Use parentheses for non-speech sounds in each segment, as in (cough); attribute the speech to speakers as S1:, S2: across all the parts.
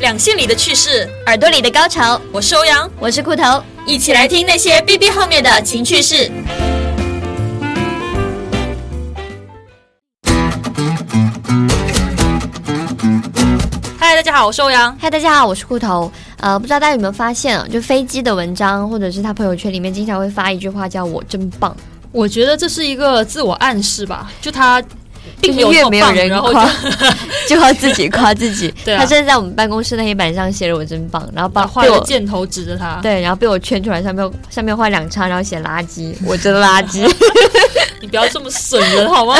S1: 两性里的趣事，
S2: 耳朵里的高潮，
S1: 我是欧阳，
S2: 我是裤头，
S1: 一起来听那些 B B 后面的情趣事。嗨，大家好，我是欧阳。
S2: 嗨，大家好，我是裤头。呃，不知道大家有没有发现啊，就飞机的文章或者是他朋友圈里面经常会发一句话叫“我真棒
S3: 我觉得这是一个自我暗示吧，就他”，
S2: 就
S3: 并
S2: 是
S3: 有
S2: 越
S3: 多
S2: 没有
S3: 棒
S2: 人
S3: 然后就
S2: 夸，
S3: (laughs)
S2: 就要自己夸自己。
S3: 对啊
S2: 他真的在我们办公室的黑板上写着“我真棒”，然后把
S3: 画
S2: 被
S3: 个
S2: 我
S3: 箭头指着他。
S2: 对，然后被我圈出来，上面上面画两叉，然后写“垃圾”，我真垃圾。
S3: (laughs) 你不要这么损人好吗？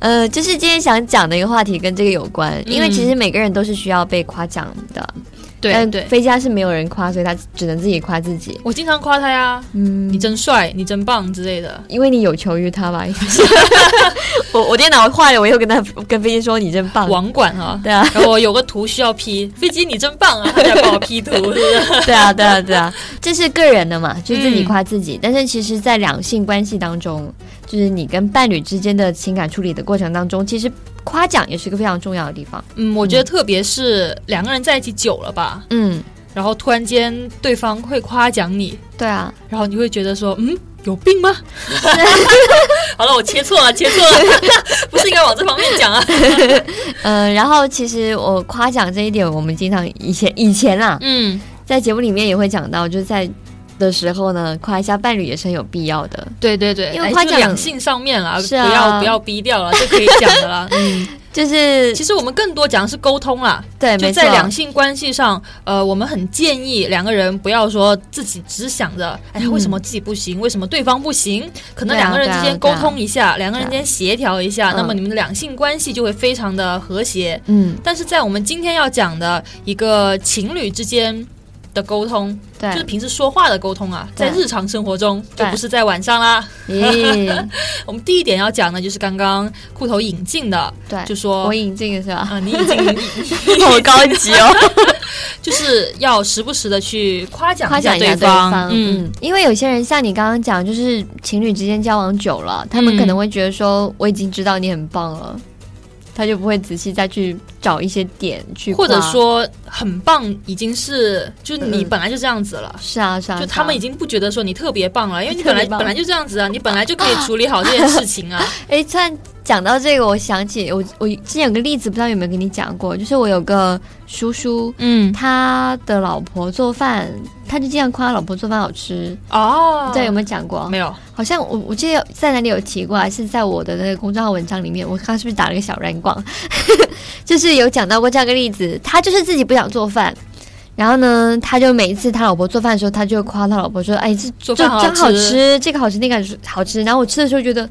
S2: 呃，就是今天想讲的一个话题跟这个有关，因为
S3: 嗯
S2: 其实每个人都是需要被夸奖的，
S3: (laughs) 对
S2: 但
S3: 对，
S2: 飞家是没有人夸，所以他只能自己夸自己。
S3: 嗯我经常夸他呀，
S2: 嗯，
S3: 你真帅，你真棒之类的。
S2: 因为你有求于他 (laughs) 吧？我我电脑坏了，我又跟他跟飞机说你真棒。
S3: 网管啊，
S2: 对啊，
S3: 然后我有个图需要 P，飞机你真棒 (laughs) 啊，他就来帮我 P 图，是不是？
S2: 对啊，对啊，对啊， (laughs) 这是个人的嘛，就是自己
S3: 嗯
S2: 夸自己。但是其实，在两性关系当中，就是你跟伴侣之间的情感处理的过程当中，其实夸奖也是个非常重要的地方。
S3: 嗯，我觉得特别是两个人在一起久了吧，
S2: 嗯，
S3: 然后突然间对方会夸奖你，
S2: 对啊，
S3: 然后你会觉得说，嗯，有病吗？ (laughs) 好了，我切错了，切错了， (laughs) 不是应该往这方面讲啊。
S2: 嗯，然后其实我夸奖这一点，我们经常以前以前啦，
S3: 嗯，
S2: 在节目里面也会讲到，就是在的时候呢，夸一下伴侣也是很有必要的。
S3: 对对对，
S2: 因为
S3: 哎
S2: 夸
S3: 就
S2: 奖
S3: 两性上面啦，
S2: 是啊
S3: 不要不要逼掉了，就可以讲的啦。嗯，
S2: 就是
S3: 其实我们更多讲的是沟通啦，
S2: 对，
S3: 就
S2: 哎没错
S3: 在，两性关系上，呃，我们很建议两个人不要说自己只想着，哎呀，
S2: 嗯
S3: 为什么自己不行，为什么对方不行？可能
S2: 对啊
S3: 两个人之间
S2: 对啊对
S3: 沟
S2: 啊
S3: 通一下，两个人之间协调一下，
S2: 嗯
S3: 那么你们的两性关系就会非常的和谐。
S2: 嗯，
S3: 但是在我们今天要讲的一个情侣之间的沟通，
S2: 对
S3: 就是，平时说话的沟通啊，
S2: 对
S3: 在日常生活中就
S2: 对
S3: 不是在晚上啦。
S2: 咦，
S3: 我们第一点要讲的就是刚刚裤头引进的，
S2: 对，
S3: 就说
S2: 我引进是吧？
S3: 啊，你已经你你
S2: (laughs) 好高级哦，
S3: (laughs) 就是要时不时的去夸奖
S2: 夸奖一下
S3: 对
S2: 对方，
S3: 嗯，
S2: 嗯，因为有些人像你刚刚讲，就是情侣之间交往久了，他们
S3: 嗯
S2: 可能会觉得说我已经知道你很棒了，他就不会仔细再去找一些点去夸，
S3: 或者说很棒，已经是就是你
S2: 嗯
S3: 本来就这样子了。
S2: 是啊是啊，
S3: 就他们已
S2: 经
S3: 经不觉得说你特别棒了，因为你本来
S2: 特别棒
S3: 本来就这样子啊，你本来就可以处理好这件事情
S2: (laughs)
S3: 啊。
S2: 哎，突然讲到这个，我想起我我之前有个例子，不知道有没有跟你讲过，就是我有个叔叔。
S3: 嗯，
S2: 他的老婆做饭，他就经常夸老婆做饭好吃，
S3: 哦
S2: 不，知道有没有讲过？
S3: 没有？
S2: 好像我我记得在哪里有提过，还是在我的那个公众号文章里面，我刚刚是不是打了个小软广？ (laughs) 就是有讲到过这样一个例子，他就是自己不想做饭，然后呢，他就每一次他老婆做饭的时候，他就夸他老婆说：“哎，这
S3: 做
S2: 这
S3: 饭好
S2: 真好
S3: 吃
S2: 吃，这个好吃，那个好吃。”然后我吃的时候觉得。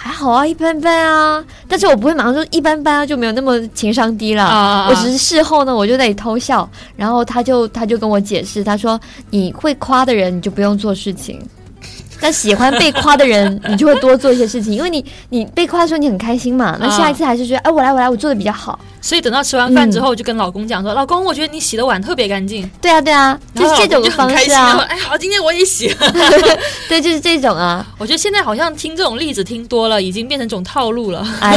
S2: 还好啊，一般般啊，但是我不会马上说一般般啊，就没有那么情商低了。
S3: 啊
S2: 我只是事后呢，我就得偷笑，然后他就他就跟我解释，他说你会夸的人，你就不用做事情。但喜欢被夸的人，你就会多做一些事情，因为你你被夸的时候你很开心嘛，那
S3: 啊
S2: 下一次还是觉得，哎，我来我来，我做的比较好。
S3: 所以等到吃完饭之后，就跟老公讲说：“老公，我觉得你洗的碗特别干净。
S2: 对啊对啊，”就
S3: 然后
S2: 是
S3: 老
S2: 嗯这
S3: 公
S2: 种
S3: 就很
S2: 方
S3: 开
S2: 式
S3: 心然后
S2: 啊，
S3: 哎，好，今天我也洗了。 (laughs)
S2: 对，就是这种啊，
S3: 我觉得现在好像听这种例子听多了，已经变成一种套路了。 (laughs)
S2: 哎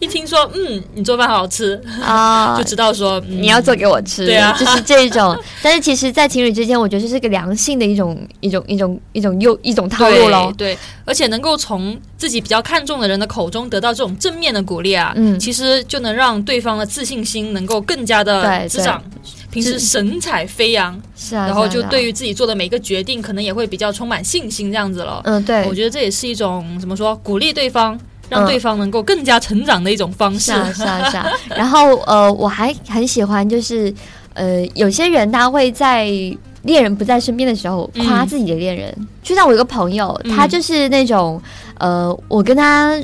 S3: 一听说嗯，你做饭好吃，
S2: 啊
S3: 就。知道说、嗯
S2: 你要做给我吃，
S3: 对啊
S2: (laughs) 就是这
S3: (laughs)
S2: 种。但是其实，在情侣之间，我觉得这是个良性的一种、一种、一种、一种又一种套路喽。
S3: 对，对，而且能够从自己比较看重的人的口中得到这种正面的鼓励啊，
S2: 嗯
S3: 其实就能让对方的自信心能够更加
S2: 对
S3: 的滋长。平时
S2: 是
S3: 神采飞扬，
S2: 是啊。
S3: 然后
S2: 是啊
S3: 就是
S2: 啊
S3: 对于自己做的每一个决定，可能也会比较充满信心这样子了。
S2: 嗯，对，
S3: 我觉得这也是一种怎么说，鼓励对方，让
S2: 嗯
S3: 对方能够更加成长的一种方
S2: 是
S3: 式。
S2: 啊，是啊，是啊。然后呃，我还很喜欢，就是呃，有些人他会在恋人不在身边的时候夸
S3: 嗯
S2: 自己的恋人。就像我有个朋友，
S3: 嗯
S2: 她就是那种呃，我跟她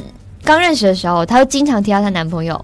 S2: 刚认识的时候，她会经常提到她男朋友，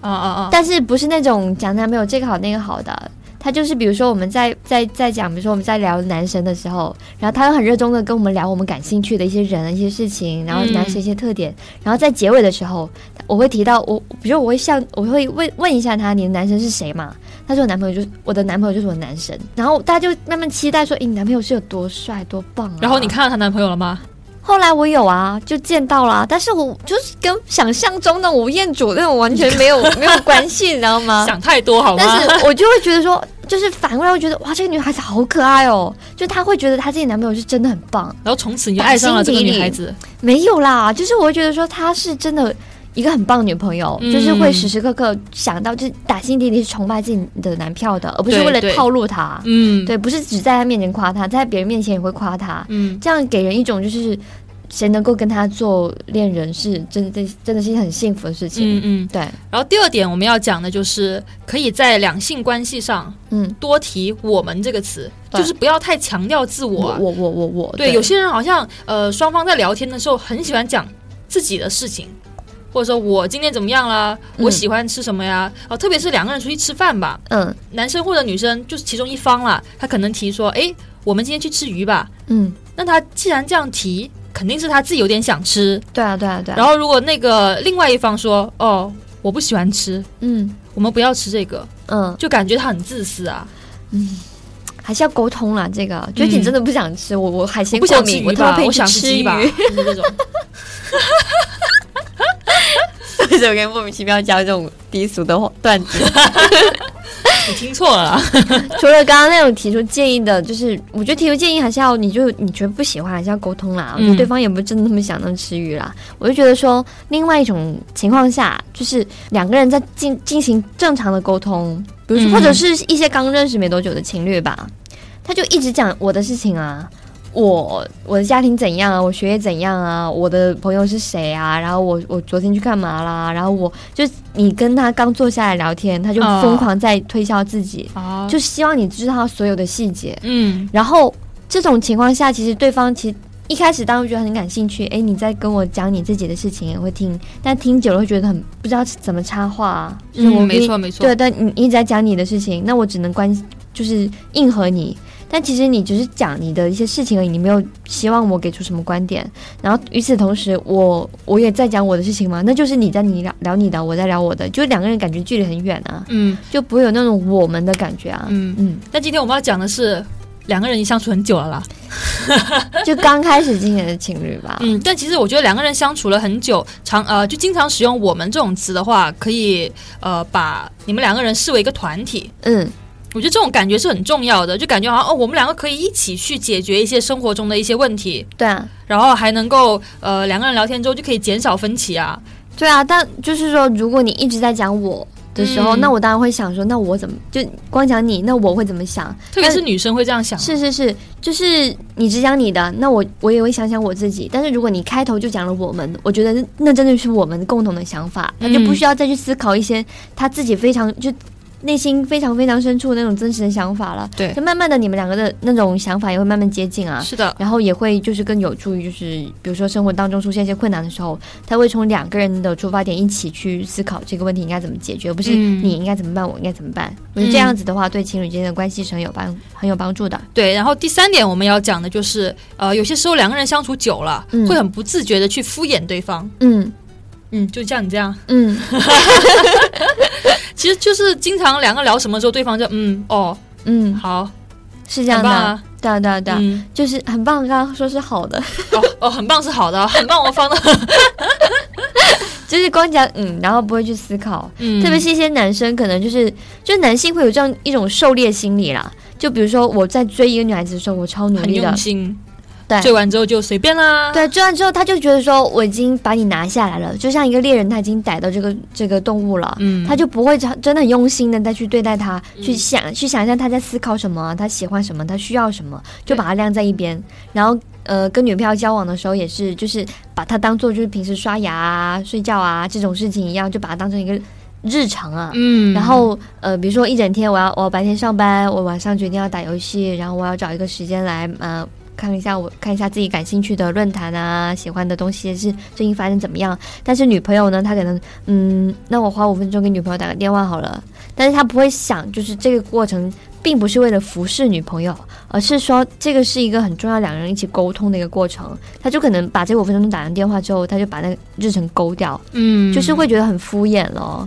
S3: 啊啊啊！
S2: 但是不是那种讲男朋友这个好那个好的。她就是，比如说我们在在在讲，比如说我们在聊男神的时候，然后她又很热衷的跟我们聊我们感兴趣的一些人、一些事情，然后
S3: 嗯
S2: 男神一些特点，然后在结尾的时候，我会提到我，比如我会向我会问问一下他，你的男神是谁嘛？他说我男朋友就是我的男朋友就是我的男神，然后大家就慢慢期待说，诶，你男朋友是有多帅多棒啊？
S3: 然后你看到她男朋友了吗？
S2: 后来我有啊，就见到啦，但是我就是跟想象中的吴彦祖那种完全没有没有关系，你知道吗？
S3: 想太多好吗？
S2: 啊但是我就会觉得说， (laughs) 就是反过来会觉得哇，这个女孩子好可爱哦，就她会觉得她自己男朋友是真的很棒，
S3: 然后从此你就爱上了这个女孩子，
S2: 没有啦，就是我会觉得说她是真的。一个很棒的女朋友，
S3: 嗯
S2: 就是会时时刻刻想到，就是打心底里是崇拜自己的男票的，而不是
S3: 对
S2: 为
S3: 对
S2: 了套路他。
S3: 嗯，，
S2: 对，不是只在他面前夸他，在别人面前也会夸他，
S3: 嗯，
S2: 这样给人一种就是谁能够跟他做恋人是真的真的是一件很幸福的事情。
S3: 嗯嗯。
S2: 对，
S3: 然后第二点我们要讲的就是，可以在两性关系上
S2: 嗯，
S3: 多提“我们”这个词，
S2: 对
S3: 就是不要太强调自我
S2: 我
S3: 啊。
S2: 我我我我，
S3: 对，有些人好像呃，双方在聊天的时候很喜欢讲自己的事情，或者说我今天怎么样啦，
S2: 嗯
S3: 我喜欢吃什么呀？哦、特别是两个人出去吃饭吧，
S2: 嗯
S3: 男生或者女生就是其中一方啦，他可能提说，诶，我们今天去吃鱼吧。
S2: 嗯，
S3: 那他既然这样提，肯定是他自己有点想吃。
S2: 对啊对啊对啊，
S3: 然后如果那个另外一方说，哦，我不喜欢吃，
S2: 嗯
S3: 我们不要吃这个，
S2: 嗯，
S3: 就感觉他很自私啊。
S2: 还是要沟通啦。这个，就是你
S3: 嗯
S2: 真的不想吃，我我海鲜
S3: 我不
S2: 过
S3: 想吃
S2: 敏，我
S3: 鱼
S2: 特
S3: 吧，
S2: 别
S3: 我想吃
S2: 吃
S3: 鸡吧，
S2: (laughs)
S3: 就是这种。
S2: 为什么跟莫名其妙加这种低俗的段子？
S3: 你听错了啦，啊
S2: (laughs) 除了刚刚那种提出建议的，就是我觉得提出建议还是要，你就你觉得不喜欢还是要沟通啦。我觉得
S3: 嗯
S2: 对方也不是真的那么想当吃鱼啦。我就觉得说，另外一种情况下，就是两个人在进进行正常的沟通，比如说
S3: 嗯
S2: 或者是一些刚认识没多久的情侣吧，他就一直讲我的事情啊。我我的家庭怎样啊？我学业怎样啊？我的朋友是谁啊？然后我我昨天去干嘛啦？然后我就你跟他刚坐下来聊天，他就
S3: 哦
S2: 疯狂在推销自己，
S3: 啊，
S2: 就希望你知道所有的细节。
S3: 嗯
S2: 然后这种情况下，其实对方其实一开始当然会觉得很感兴趣，诶，你在跟我讲你自己的事情也会听，但听久了会觉得很不知道怎么插话啊。就是我
S3: 嗯，
S2: 跟你
S3: 没错没错，
S2: 对，但你一直在讲你的事情，那我只能关就是应和你。但其实你只是讲你的一些事情而已，你没有希望我给出什么观点。然后与此同时，我我也在讲我的事情嘛，那就是你在你聊聊你的，我在聊我的，就两个人感觉距离很远啊，
S3: 嗯
S2: 就不会有那种我们的感觉啊。
S3: 嗯。
S2: 嗯，
S3: 但今天我们要讲的是两个人已经相处很久了啦，
S2: 就刚开始进行的情侣吧。
S3: 嗯，但其实我觉得两个人相处了很久，常呃就经常使用“我们”这种词的话，可以呃把你们两个人视为一个团体。
S2: 嗯
S3: 我觉得这种感觉是很重要的，就感觉好像哦，我们两个可以一起去解决一些生活中的一些问题，
S2: 对啊，
S3: 然后还能够呃两个人聊天之后就可以减少分歧啊。
S2: 对啊。但就是说，如果你一直在讲我的时候，
S3: 嗯
S2: 那我当然会想说，那我怎么就光讲你，那我会怎么想？
S3: 特别是女生会这样想，啊
S2: 是是是，就是你只讲你的，那我我也会想想我自己。但是如果你开头就讲了我们，我觉得那真的是我们共同的想法，那就
S3: 嗯
S2: 不需要再去思考一些他自己非常就内心非常非常深处的那种真实的想法了。
S3: 对
S2: 就慢慢的你们两个的那种想法也会慢慢接近啊。
S3: 是的，
S2: 然后也会就是更有助于，就是比如说生活当中出现一些困难的时候，他会从两个人的出发点一起去思考这个问题应该怎么解决，不是
S3: 嗯
S2: 你应该怎么办，我应该怎么办。我觉得
S3: 嗯
S2: 这样子的话，对情侣之间的关系是很有帮很有帮助的。
S3: 对。然后第三点我们要讲的就是，呃，有些时候两个人相处久了，
S2: 嗯
S3: 会很不自觉的去敷衍对方。
S2: 嗯
S3: 嗯，就像你这样。
S2: 嗯，
S3: 其实就是经常两个聊什么时候，对方就嗯哦
S2: 嗯，
S3: 好，
S2: 是这样的，
S3: 很棒啊
S2: 对啊对啊对啊，
S3: 嗯
S2: 就是很棒。刚刚说是好的， (laughs)
S3: 哦哦很棒是好的， (laughs) 很棒我放到
S2: 就是光讲嗯，然后不会去思考。
S3: 嗯，
S2: 特别是一些男生，可能就是就是男性会有这样一种狩猎心理啦。就比如说我在追一个女孩子的时候，我超努
S3: 很
S2: 力的
S3: 用，心，
S2: 对
S3: 追完之后就随便啦，，
S2: 对，追完之后他就觉得说我已经把你拿下来了，就像一个猎人他已经逮到这个这个动物了。
S3: 嗯，
S2: 他就不会真真的很用心的再去对待它，
S3: 嗯
S2: 去想去想象他在思考什么，他喜欢什么，他需要什么，就把它晾在一边。然后呃，跟女票交往的时候也是，就是把它当做就是平时刷牙啊、睡觉啊这种事情一样，就把它当成一个日常啊。
S3: 嗯，
S2: 然后呃，比如说一整天我要我白天上班，我晚上决定要打游戏，然后我要找一个时间来呃看一下我看一下自己感兴趣的论坛啊，喜欢的东西是最近发展怎么样。但是女朋友呢，她可能嗯，那我花五分钟给女朋友打个电话好了，但是她不会想，就是这个过程并不是为了服侍女朋友，而是说这个是一个很重要两人一起沟通的一个过程。她就可能把这五分钟打完电话之后，她就把那个日程勾掉，
S3: 嗯
S2: 就是会觉得很敷衍咯。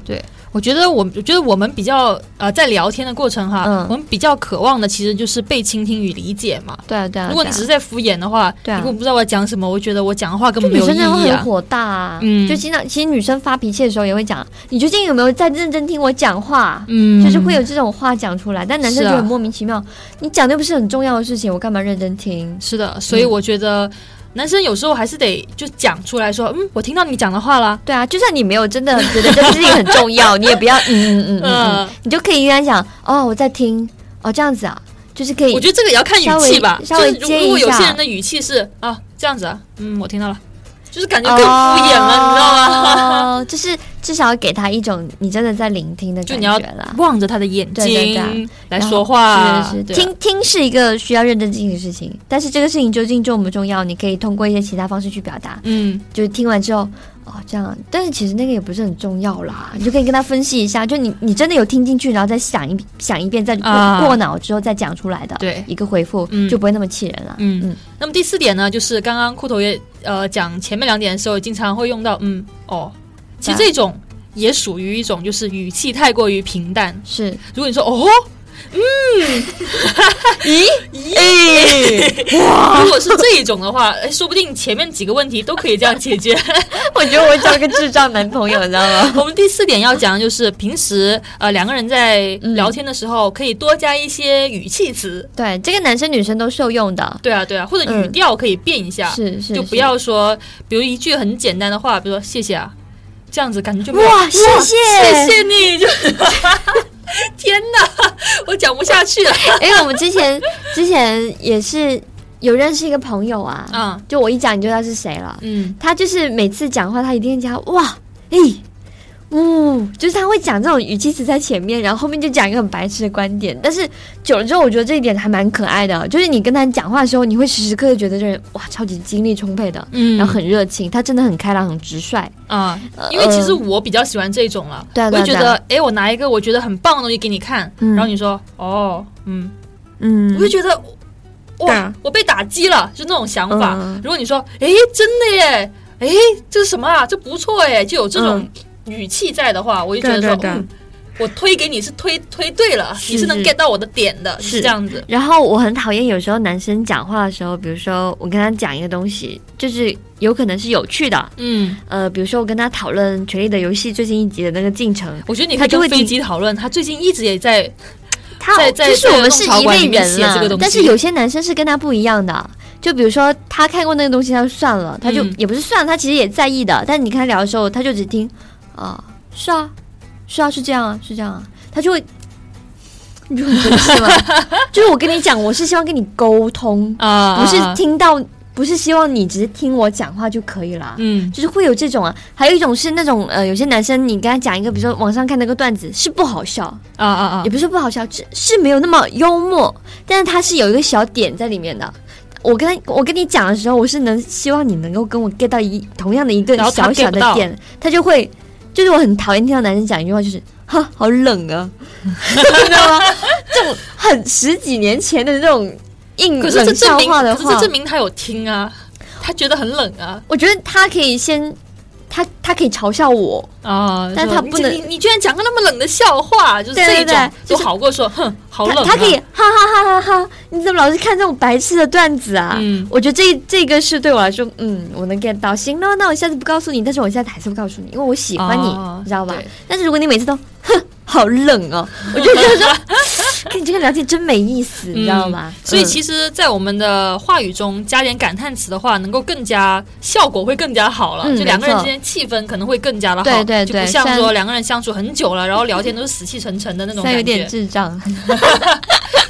S3: 我觉得我我觉得我们比较呃，在聊天的过程哈，
S2: 嗯
S3: 我们比较渴望的其实就是被倾听与理解嘛。
S2: 对啊对啊。
S3: 如果你
S2: 对啊
S3: 只是在敷衍的话，
S2: 对啊
S3: 你根本不知道我讲什么，我觉得我讲的话根
S2: 就
S3: 本没
S2: 女
S3: 有
S2: 生真的
S3: 意义
S2: 会很
S3: 啊。
S2: 火大啊，
S3: 嗯
S2: 就经常其实女生发脾气的时候也会讲，你究竟有没有在认真听我讲话？
S3: 嗯，
S2: 就是会有这种话讲出来，但男生
S3: 是啊
S2: 就很莫名其妙，你讲的又不是很重要的事情，我干嘛认真听？
S3: 是的，所以
S2: 嗯
S3: 我觉得男生有时候还是得就讲出来说，嗯，我听到你讲的话啦。
S2: 对啊，就算你没有真的觉得这事情很重要，你也不要嗯嗯嗯嗯嗯，
S3: (laughs) 嗯，
S2: 你就可以跟他讲哦，我在听哦，这样子啊，就是可以
S3: 我觉得这个也要看语气吧。
S2: 稍微
S3: 就
S2: 稍微
S3: 是如果
S2: 接一
S3: 有
S2: 下
S3: 些人的语气是啊这样子啊，嗯，我听到了，就是感觉更敷
S2: 哦
S3: 衍了，你知道吗？ (laughs)
S2: 吗？就是至少给他一种你真的在聆听的
S3: 就
S2: 感
S3: 你要
S2: 觉啦。
S3: 望着他的眼
S2: 对对对啊
S3: 睛来说话，
S2: 是是是，
S3: 对啊
S2: 听听是一个需要认真进行的事情，但是这个事情究竟重不重要，你可以通过一些其他方式去表达。
S3: 嗯，
S2: 就是听完之后，哦，这样，但是其实那个也不是很重要啦，你就可以跟他分析一下，就你你真的有听进去，然后再想一想一遍，再过、
S3: 啊
S2: 过脑之后再讲出来的，
S3: 对
S2: 一个回复、
S3: 嗯
S2: 就不会那么气人了。
S3: 嗯
S2: 嗯
S3: 那么第四点呢，就是刚刚裤头也呃讲前面两点的时候，经常会用到嗯哦，其实
S2: 对
S3: 这种也属于一种就是语气太过于平淡。
S2: 是，
S3: 如果你说哦，嗯
S2: (laughs) 咦哎咦，
S3: (laughs) 如果是这一种的话，哎，说不定前面几个问题都可以这样解
S2: (laughs)
S3: 决。
S2: (laughs) 我觉得我交了个智障男朋友，你知道吗？
S3: 我们第四点要讲的就是平时呃两个人在
S2: 嗯
S3: 聊天的时候，可以多加一些语气词。
S2: 对，这个男生女生都受用的，
S3: 对啊，对啊，或者语
S2: 嗯
S3: 调可以变一下，
S2: 是是，
S3: 就不
S2: 是
S3: 要说，比如一句很简单的话，比如说谢谢啊，这样子感觉就没有
S2: 哇，谢谢
S3: 谢谢你，就 (laughs) 天哪，我讲不下
S2: (laughs)
S3: 去了。
S2: 因为我们之前之前也是有认识一个朋友啊，
S3: 嗯
S2: 就我一讲你就知道是谁了。
S3: 嗯，
S2: 他就是每次讲话，他一定会加哇，哎、呜、就是他会讲这种语气词在前面，然后后面就讲一个很白痴的观点。但是久了之后，我觉得这一点还蛮可爱的，就是你跟他讲话的时候，你会时时刻刻觉得这人哇，超级精力充沛的，
S3: 嗯
S2: 然后很热情，他真的很开朗，很直率。
S3: 啊、
S2: 呃
S3: 因为其实我比较喜欢这种了，
S2: 对啊
S3: 我
S2: 对啊
S3: 就觉得，哎，我拿一个我觉得很棒的东西给你看，
S2: 嗯
S3: 然后你说，哦，嗯，
S2: 嗯
S3: 我就觉得，哇
S2: 打，
S3: 我被打击了，就那种想法。
S2: 嗯
S3: 如果你说，哎，真的耶，哎，这是什么啊？这不错哎，就有这种语气在的话，我就觉得说，
S2: 嗯对对对
S3: 嗯，我推给你是推推对了，你是能
S2: 是
S3: get 到我的点的，
S2: 是
S3: 是这样子。
S2: 然后我很讨厌有时候男生讲话的时候，比如说我跟他讲一个东西，就是有可能是有趣的，
S3: 嗯，
S2: 呃，比如说我跟他讨论《权力的游戏》最新一集的那个进程，
S3: 我觉得你可
S2: 他
S3: 以
S2: 就
S3: 跟
S2: 会
S3: 飞
S2: 紧
S3: 机讨论，他最近一直也在，
S2: 他
S3: 在在
S2: 就是我们是一类
S3: 在弄潮
S2: 人
S3: 玩里面写这个东
S2: 啦
S3: 西，
S2: 但是有些男生是跟他不一样的。就比如说，他看过那个东西，他就算了，他就、
S3: 嗯
S2: 也不是算了，他其实也在意的。但你跟他聊的时候，他就只听，啊、是啊，是啊，是这样啊，是这样啊，他就会，你就很生
S3: (laughs)
S2: 气吗？就是我跟你讲，我是希望跟你沟通，
S3: 啊，
S2: 不是
S3: 啊
S2: 听到，不是希望你只是听我讲话就可以啦。
S3: 嗯
S2: 就是会有这种啊，还有一种是那种呃，有些男生你跟他讲一个，比如说网上看那个段子是不好笑，
S3: 啊啊啊
S2: 也，不是不好笑，是是没有那么幽默，但是它是有一个小点在里面的。我跟他我跟你讲的时候，我是能希望你能够跟我 get 到一同样的一个
S3: 然后他
S2: 小小
S3: get 不
S2: 的
S3: 到
S2: 点，他就会就是我很讨厌听到男生讲一句话，就是哈好冷啊， (laughs) 你知道吗？这种很十几年前的这种硬
S3: 可是这
S2: 冷
S3: 证
S2: 笑
S3: 明，
S2: 话的
S3: 可是这
S2: 话，
S3: 证明他有听啊，他觉得很冷啊
S2: 我觉得他可以先他他可以嘲笑我，
S3: 啊！
S2: 但
S3: 说
S2: 他
S3: 你
S2: 不
S3: 这
S2: 能
S3: 你你居然讲个那么冷的笑话，就是
S2: 对
S3: 这一
S2: 对
S3: 种
S2: 对就
S3: 就是好过说，哼，好
S2: 他
S3: 冷啊。
S2: 他
S3: (laughs)
S2: 可以哈哈哈哈哈！你怎么老是看这种白痴的段子啊？
S3: 嗯
S2: 我觉得这这个是对我来说，嗯，我能 get 到。行那那我下次不告诉你，但是我现在还是不告诉你，因为我喜欢你，
S3: 哦
S2: 你知道吧
S3: 对？
S2: 但是如果你每次都哼，好冷哦，我就觉得
S3: (laughs)
S2: 说，跟你这个聊天真没意思，你知道吗？
S3: 所以
S2: 嗯
S3: 其实，在我们的话语中加点感叹词的话，能够更加效果会更加好了。
S2: 嗯
S3: 就两个人
S2: 没
S3: 之
S2: 错
S3: 间气氛可能会更加的好，
S2: 对对
S3: 就
S2: 对
S3: 不像
S2: 虽
S3: 说
S2: 然
S3: 两个人相处很久了，然后聊天都是死气沉沉的那种
S2: (laughs) 虽然
S3: 感
S2: 有点
S3: 觉。
S2: 智障，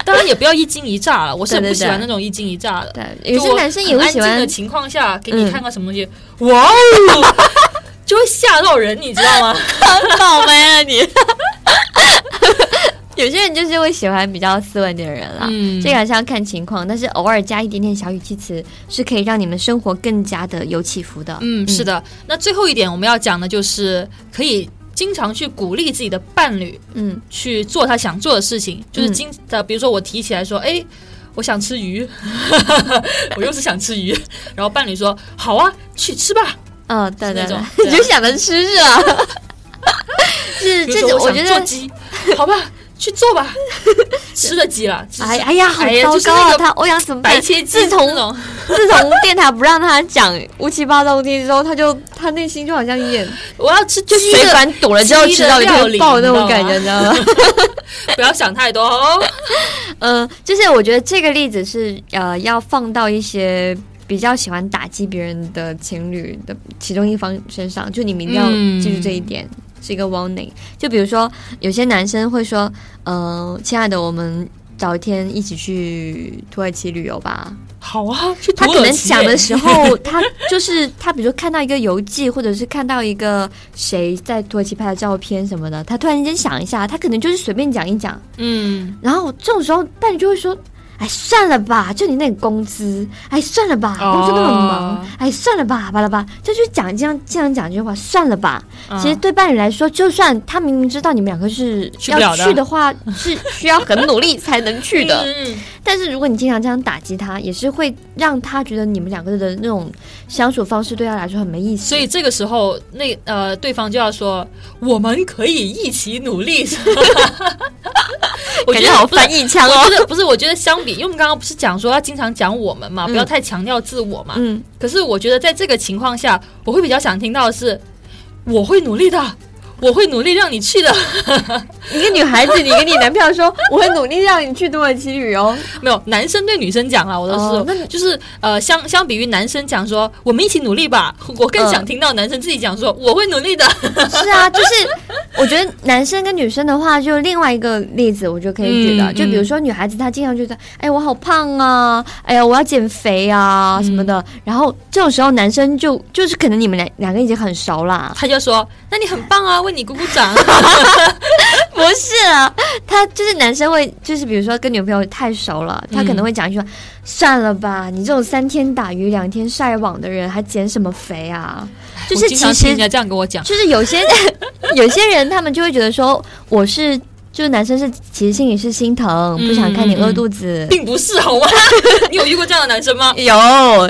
S3: 当然也不要一惊一乍了，我是很
S2: 对
S3: 不
S2: 对
S3: 喜欢
S2: 对
S3: 那种一惊一乍的。
S2: 对， (laughs) 有些男生也会喜
S3: 就我很安静的
S2: 欢。
S3: 情况下给你
S2: 嗯
S3: 看个什么东西，哇哦， (laughs) 就会吓到人，你知道吗？
S2: (laughs) 倒霉啊你！有些人就是会喜欢比较斯文的人啦，
S3: 嗯
S2: 啊这个还是要看情况，但是偶尔加一点点小语气词，是可以让你们生活更加的有起伏的。
S3: 嗯，是的。那最后一点我们要讲的就是可以。经常去鼓励自己的伴侣
S2: 嗯，
S3: 去做他想做的事情，就是
S2: 嗯
S3: 经呃，比如说我提起来说，哎，我想吃鱼， (laughs) 我又是想吃鱼，然后伴侣说好啊，去吃吧，
S2: 嗯，哦，对
S3: 是那
S2: 对
S3: 种
S2: 对，你
S3: 对啊
S2: 就想着吃是吧？ (laughs) 是
S3: 比如
S2: 这
S3: 说
S2: 种，
S3: 我
S2: 觉
S3: 想
S2: 得
S3: 做鸡，好吧，去做
S2: (laughs)
S3: 吧，吃了鸡了，吃
S2: 哎哎呀，好
S3: 哎呀
S2: 糟
S3: 就是
S2: 糕啊！
S3: 那个
S2: 他欧阳怎么 (laughs)
S3: 白
S2: 办？
S3: 切鸡
S2: 自从
S3: 那种，
S2: 自从电台不让他讲乌七八糟的东西之后，他就他内心就好
S3: (laughs)
S2: 像也
S3: 我要吃
S2: 就
S3: 鸡
S2: 水
S3: 的
S2: 管堵了之后，
S3: 鸡
S2: 吃
S3: 的
S2: 到一
S3: 料
S2: 个
S3: 理
S2: 爆
S3: 你
S2: 那
S3: 知
S2: 种
S3: 道
S2: 感
S3: 吗
S2: 觉，你知道吗？
S3: 不要想太多哦。
S2: 嗯，就是我觉得这个例子是呃，要放到一些比较喜欢打击别人的情侣的其中一方身上，就你们一定要
S3: 嗯
S2: 记住这一点，是一个 warning。就比如说，有些男生会说，呃，亲爱的，我们。找一天一起去土耳其旅游吧。
S3: 好啊，去土
S2: 他可
S3: 耳
S2: 能
S3: 其
S2: 讲
S3: 耶
S2: 的时候，他就是他，比如说看到一个游记，或者是看到一个谁在土耳其拍的照片什么的，他突然间想一下，他可能就是随便讲一讲，
S3: 嗯
S2: 然后这种时候伴侣就会说：“哎，算了吧，就你那个工资，哎，算了吧，
S3: 哦
S2: 工作那么忙，哎，算了吧，巴拉巴拉。”就去讲这样这样讲这句话，算了吧。
S3: 啊
S2: 其实对伴侣来说，就算他明明知道你们两个是
S3: 去不
S2: 要
S3: 了的
S2: 去的话，
S3: (laughs)
S2: 是需要很努力才能去的。
S3: 嗯嗯
S2: 但是如果你经常这样打击他，也是会让他觉得你们两个的那种相处方式对他来说很没意思。
S3: 所以这个时候，那呃，对方就要说，我们可以一起努力。
S2: (laughs)
S3: 我
S2: 感
S3: 觉
S2: 觉
S3: 得
S2: 好
S3: 不是
S2: 翻译腔
S3: 我
S2: 哦。
S3: 觉得不是，我觉得相比，因为我们刚刚不是讲说要经常讲我们嘛，
S2: 嗯
S3: 不要太强调自我嘛。
S2: 嗯，
S3: 可是我觉得在这个情况下，我会比较想听到的是，我会努力的，我会努力让你去的。 (laughs)
S2: 一个女孩子，你跟你男朋友说，我会努力让你去土耳其旅游，
S3: 没有，男生对女生讲啊啦，我都是，
S2: 哦那你
S3: 就是呃，相相比于男生讲说我们一起努力吧， (laughs) 我更
S2: 嗯
S3: 想听到男生自己讲说、我会努力的。
S2: 是啊， (laughs) 就是我觉得男生跟女生的话，就另外一个例子，我就可以举了。
S3: 嗯
S2: 就比如说女孩子，她经常觉得，哎，我好胖啊，哎呀，我要减肥啊什么的。然后这种时候，男生就就是可能你们两两个已经很熟啦，
S3: 他就说，那你很棒啊，为你鼓鼓掌。
S2: (laughs)
S3: (laughs)
S2: 不是啊，他就是男生会就是比如说跟女朋友太熟了，他可能会讲一句话，算了吧，你这种三天打鱼两天晒网的人，还减什么肥啊？就
S3: 我
S2: 是
S3: 经
S2: 其
S3: 常听
S2: 实
S3: 人家这样跟我讲，
S2: 就是有些 (laughs) 有些人，他们就会觉得说，我是就是男生是其实心里是心疼，
S3: 嗯
S2: 不想看你饿肚子。
S3: 并不是 (laughs) 好吗？你有遇过这样的男生吗？
S2: 有，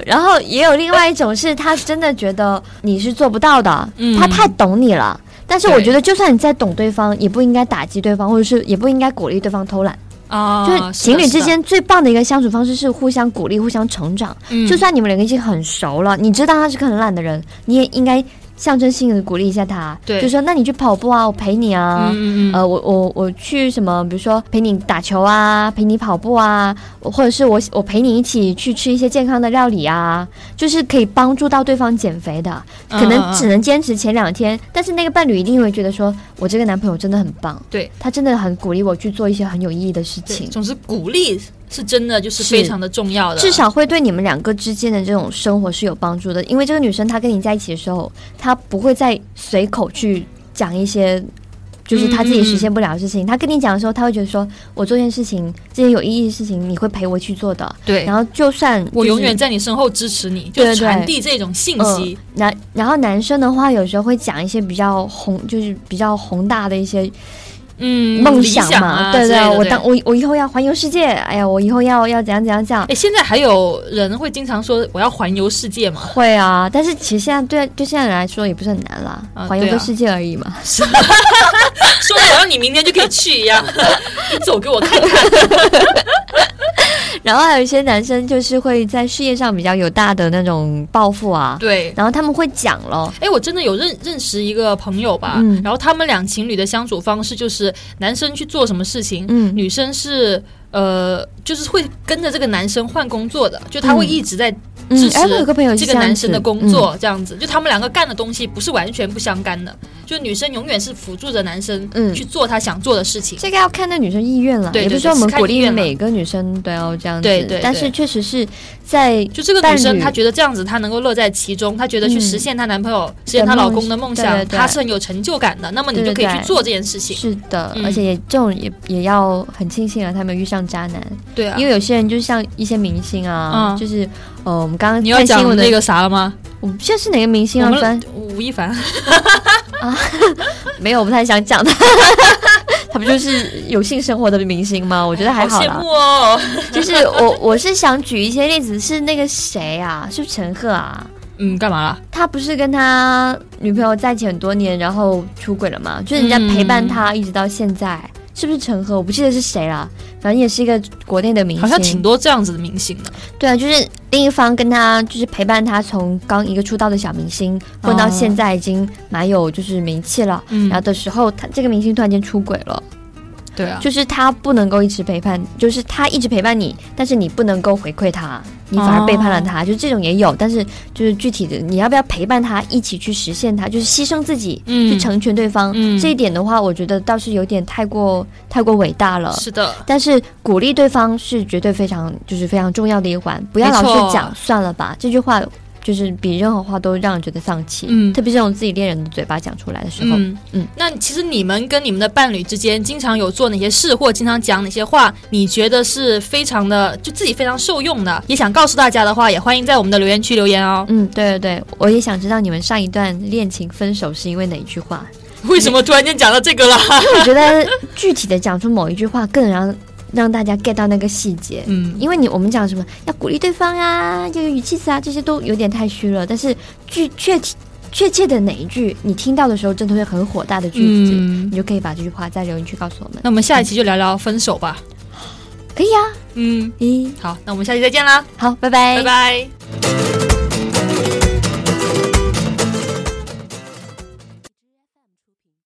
S2: 然后也有另外一种是他真的觉得你是做不到的，
S3: 嗯
S2: 他太懂你了。但是我
S3: 对
S2: 觉得，就算你再懂对方，也不应该打击对方，或者是也不应该鼓励对方偷懒。
S3: 啊，
S2: 就是情侣之间最棒的一个相处方式是互相鼓励、互相成长。
S3: 是的，
S2: 就
S3: 就
S2: 算你们两个已经很熟了，你知道他是个很懒的人，你也应该象征性的鼓励一下他，
S3: 对
S2: 就说那你去跑步啊，我陪你啊。
S3: 嗯嗯嗯，
S2: 呃，我我我去什么，比如说陪你打球啊，陪你跑步啊，或者是我我陪你一起去吃一些健康的料理啊，就是可以帮助到对方减肥的。可能
S3: 嗯
S2: 只
S3: 嗯嗯
S2: 能坚持前两天，但是那个伴侣一定会觉得说，我这个男朋友真的很棒，
S3: 对
S2: 他真的很鼓励我去做一些很有意义的事
S3: 对
S2: 情。
S3: 总之鼓励是真的，就是
S2: 是
S3: 非常的重要的，
S2: 至少会对你们两个之间的这种生活是有帮助的，因为这个女生她跟你在一起的时候，她不会再随口去讲一些。就是她自己实现不了的事情，她跟你
S3: 嗯
S2: 讲的时候，她会觉得说：“我做这件事情，这件有意义的事情，你会陪我去做的。”
S3: 对
S2: 然。后就算、
S3: 我
S2: 就
S3: 永
S2: 是
S3: 远在你身后支持你，
S2: 对
S3: 就
S2: 对
S3: 传递这种信
S2: 嗯
S3: 息。，
S2: 男、然后男生的话，有时候会讲一些比较宏，就是比较宏大的一些
S3: 嗯，
S2: 梦
S3: 理想
S2: 嘛，
S3: 啊
S2: 对
S3: 之类的
S2: 我
S3: 对
S2: 当我我以后要环游世界，哎呀，我以后要要怎样怎样怎样，
S3: 哎，现在还有人会经常说我要环游世界嘛？
S2: 会啊，但是其实现在对对现在人来说也不是很难啦，
S3: 啊
S2: 环游
S3: 对
S2: 个
S3: 啊
S2: 世界而已嘛。
S3: (laughs) 说的好像你明天就可以去一样， (laughs) 你走给我看看。啊
S2: (laughs) 然后还有一些男生就是会在事业上比较有大的那种抱负啊，
S3: 对，
S2: 然后他们会讲咯，
S3: 哎，我真的有认认识一个朋友吧，
S2: 嗯
S3: 然后他们俩情侣的相处方式就是男生去做什么事情，
S2: 嗯
S3: 女生是呃，就是会跟着这个男生换工作的，就他会
S2: 嗯
S3: 一直在
S2: 嗯
S3: 支，持
S2: 哎，我有个朋友是
S3: 这个
S2: 样
S3: 男生的
S2: 子嗯
S3: 工作，这样子，就他们两个干的东西不是完全不相干的，就女生永远是辅助着男生
S2: 嗯
S3: 去做他想做的事情
S2: 嗯。这个要看那女生意愿了，
S3: 对
S2: 也不
S3: 对
S2: 是说我
S3: 对
S2: 们
S3: 是看
S2: 鼓励
S3: 意愿了
S2: 每个女生都要这样子，
S3: 对对对
S2: 但是确实是在
S3: 就这个女
S2: 伴
S3: 生，
S2: 侣
S3: 她觉得这样子，她能够乐在其中，她觉得去
S2: 嗯
S3: 实现她男朋友、实现
S2: 的
S3: 她老
S2: 梦
S3: 公的梦想，
S2: 对对对
S3: 她是很有成就感的。那么你
S2: 对
S3: 就可
S2: 对
S3: 以去
S2: 对
S3: 做这件事情。
S2: 是的，
S3: 嗯
S2: 而且也这种也也要很庆幸啊，他没有遇上渣男，
S3: 对啊，
S2: 因为有些人就像一些明星啊，
S3: 嗯
S2: 就是呃，我们刚刚
S3: 你要
S2: 看
S3: 讲
S2: 新闻的
S3: 那，个啥了吗？
S2: 我不知道是哪个明星
S3: 我
S2: 啊，
S3: 们
S2: 反正
S3: 吴亦凡，
S2: 没有，我不太想讲他。 (laughs) 他不就是有性生活的明星吗？我觉得还好
S3: 羡
S2: 啦
S3: 慕。哦。
S2: (laughs) 就是我我是想举一些例子，是那个谁啊，是不是陈赫啊？
S3: 嗯，干嘛啦？
S2: 他不是跟他女朋友在一起很多年，然后出轨了吗？就是人家陪伴他
S3: 嗯
S2: 一直到现在，是不是陈赫？我不记得是谁啦，反正也是一个国内的明星，
S3: 好像挺多这样子的明星的。
S2: 对啊，就是另一方跟他就是陪伴他从刚一个出道的小明星混到现在已经蛮有就是名气了，
S3: 哦嗯
S2: 然后的时候他这个明星突然间出轨了，
S3: 对啊，
S2: 就是他不能够一直陪伴，就是他一直陪伴你，但是你不能够回馈他，你反而背叛了
S3: 哦
S2: 他，就这种也有，但是就是具体的你要不要陪伴他一起去实现他，就是牺牲自己。去
S3: 嗯，
S2: 成全对方、
S3: 嗯
S2: 这一点的话，我觉得倒是有点太过太过伟大了。
S3: 是的，
S2: 但是鼓励对方是绝对非常就是非常重要的一环，不要老
S3: 没错
S2: 是讲算了吧这句话，就是比任何话都让人觉得丧气。
S3: 嗯
S2: 特别是从自己恋人的嘴巴讲出来的时候，
S3: 嗯
S2: 嗯
S3: 嗯。那其实你们跟你们的伴侣之间，经常有做哪些事，或经常讲哪些话，你觉得是非常的，就自己非常受用的，也想告诉大家的话，也欢迎在我们的留言区留言哦。
S2: 嗯，对对对，我也想知道你们上一段恋情分手是因为哪一句话？
S3: 为什么突然间讲到这个了？
S2: 因为我觉 (laughs) 得具体的讲出某一句话，更让让大家 get 到那个细节。
S3: 嗯，
S2: 因为你我们讲什么要鼓励对方啊，要有语气词啊，这些都有点太虚了。但是具确体确切的哪一句，你听到的时候真的会很火大的句子，
S3: 嗯
S2: 你就可以把这句话在留言区告诉我们。
S3: 那我们下一期就聊聊分手吧。
S2: 可以啊，
S3: 嗯，哎
S2: 咦，嗯
S3: 好，那我们下期再见啦，
S2: 好，拜
S3: 拜拜。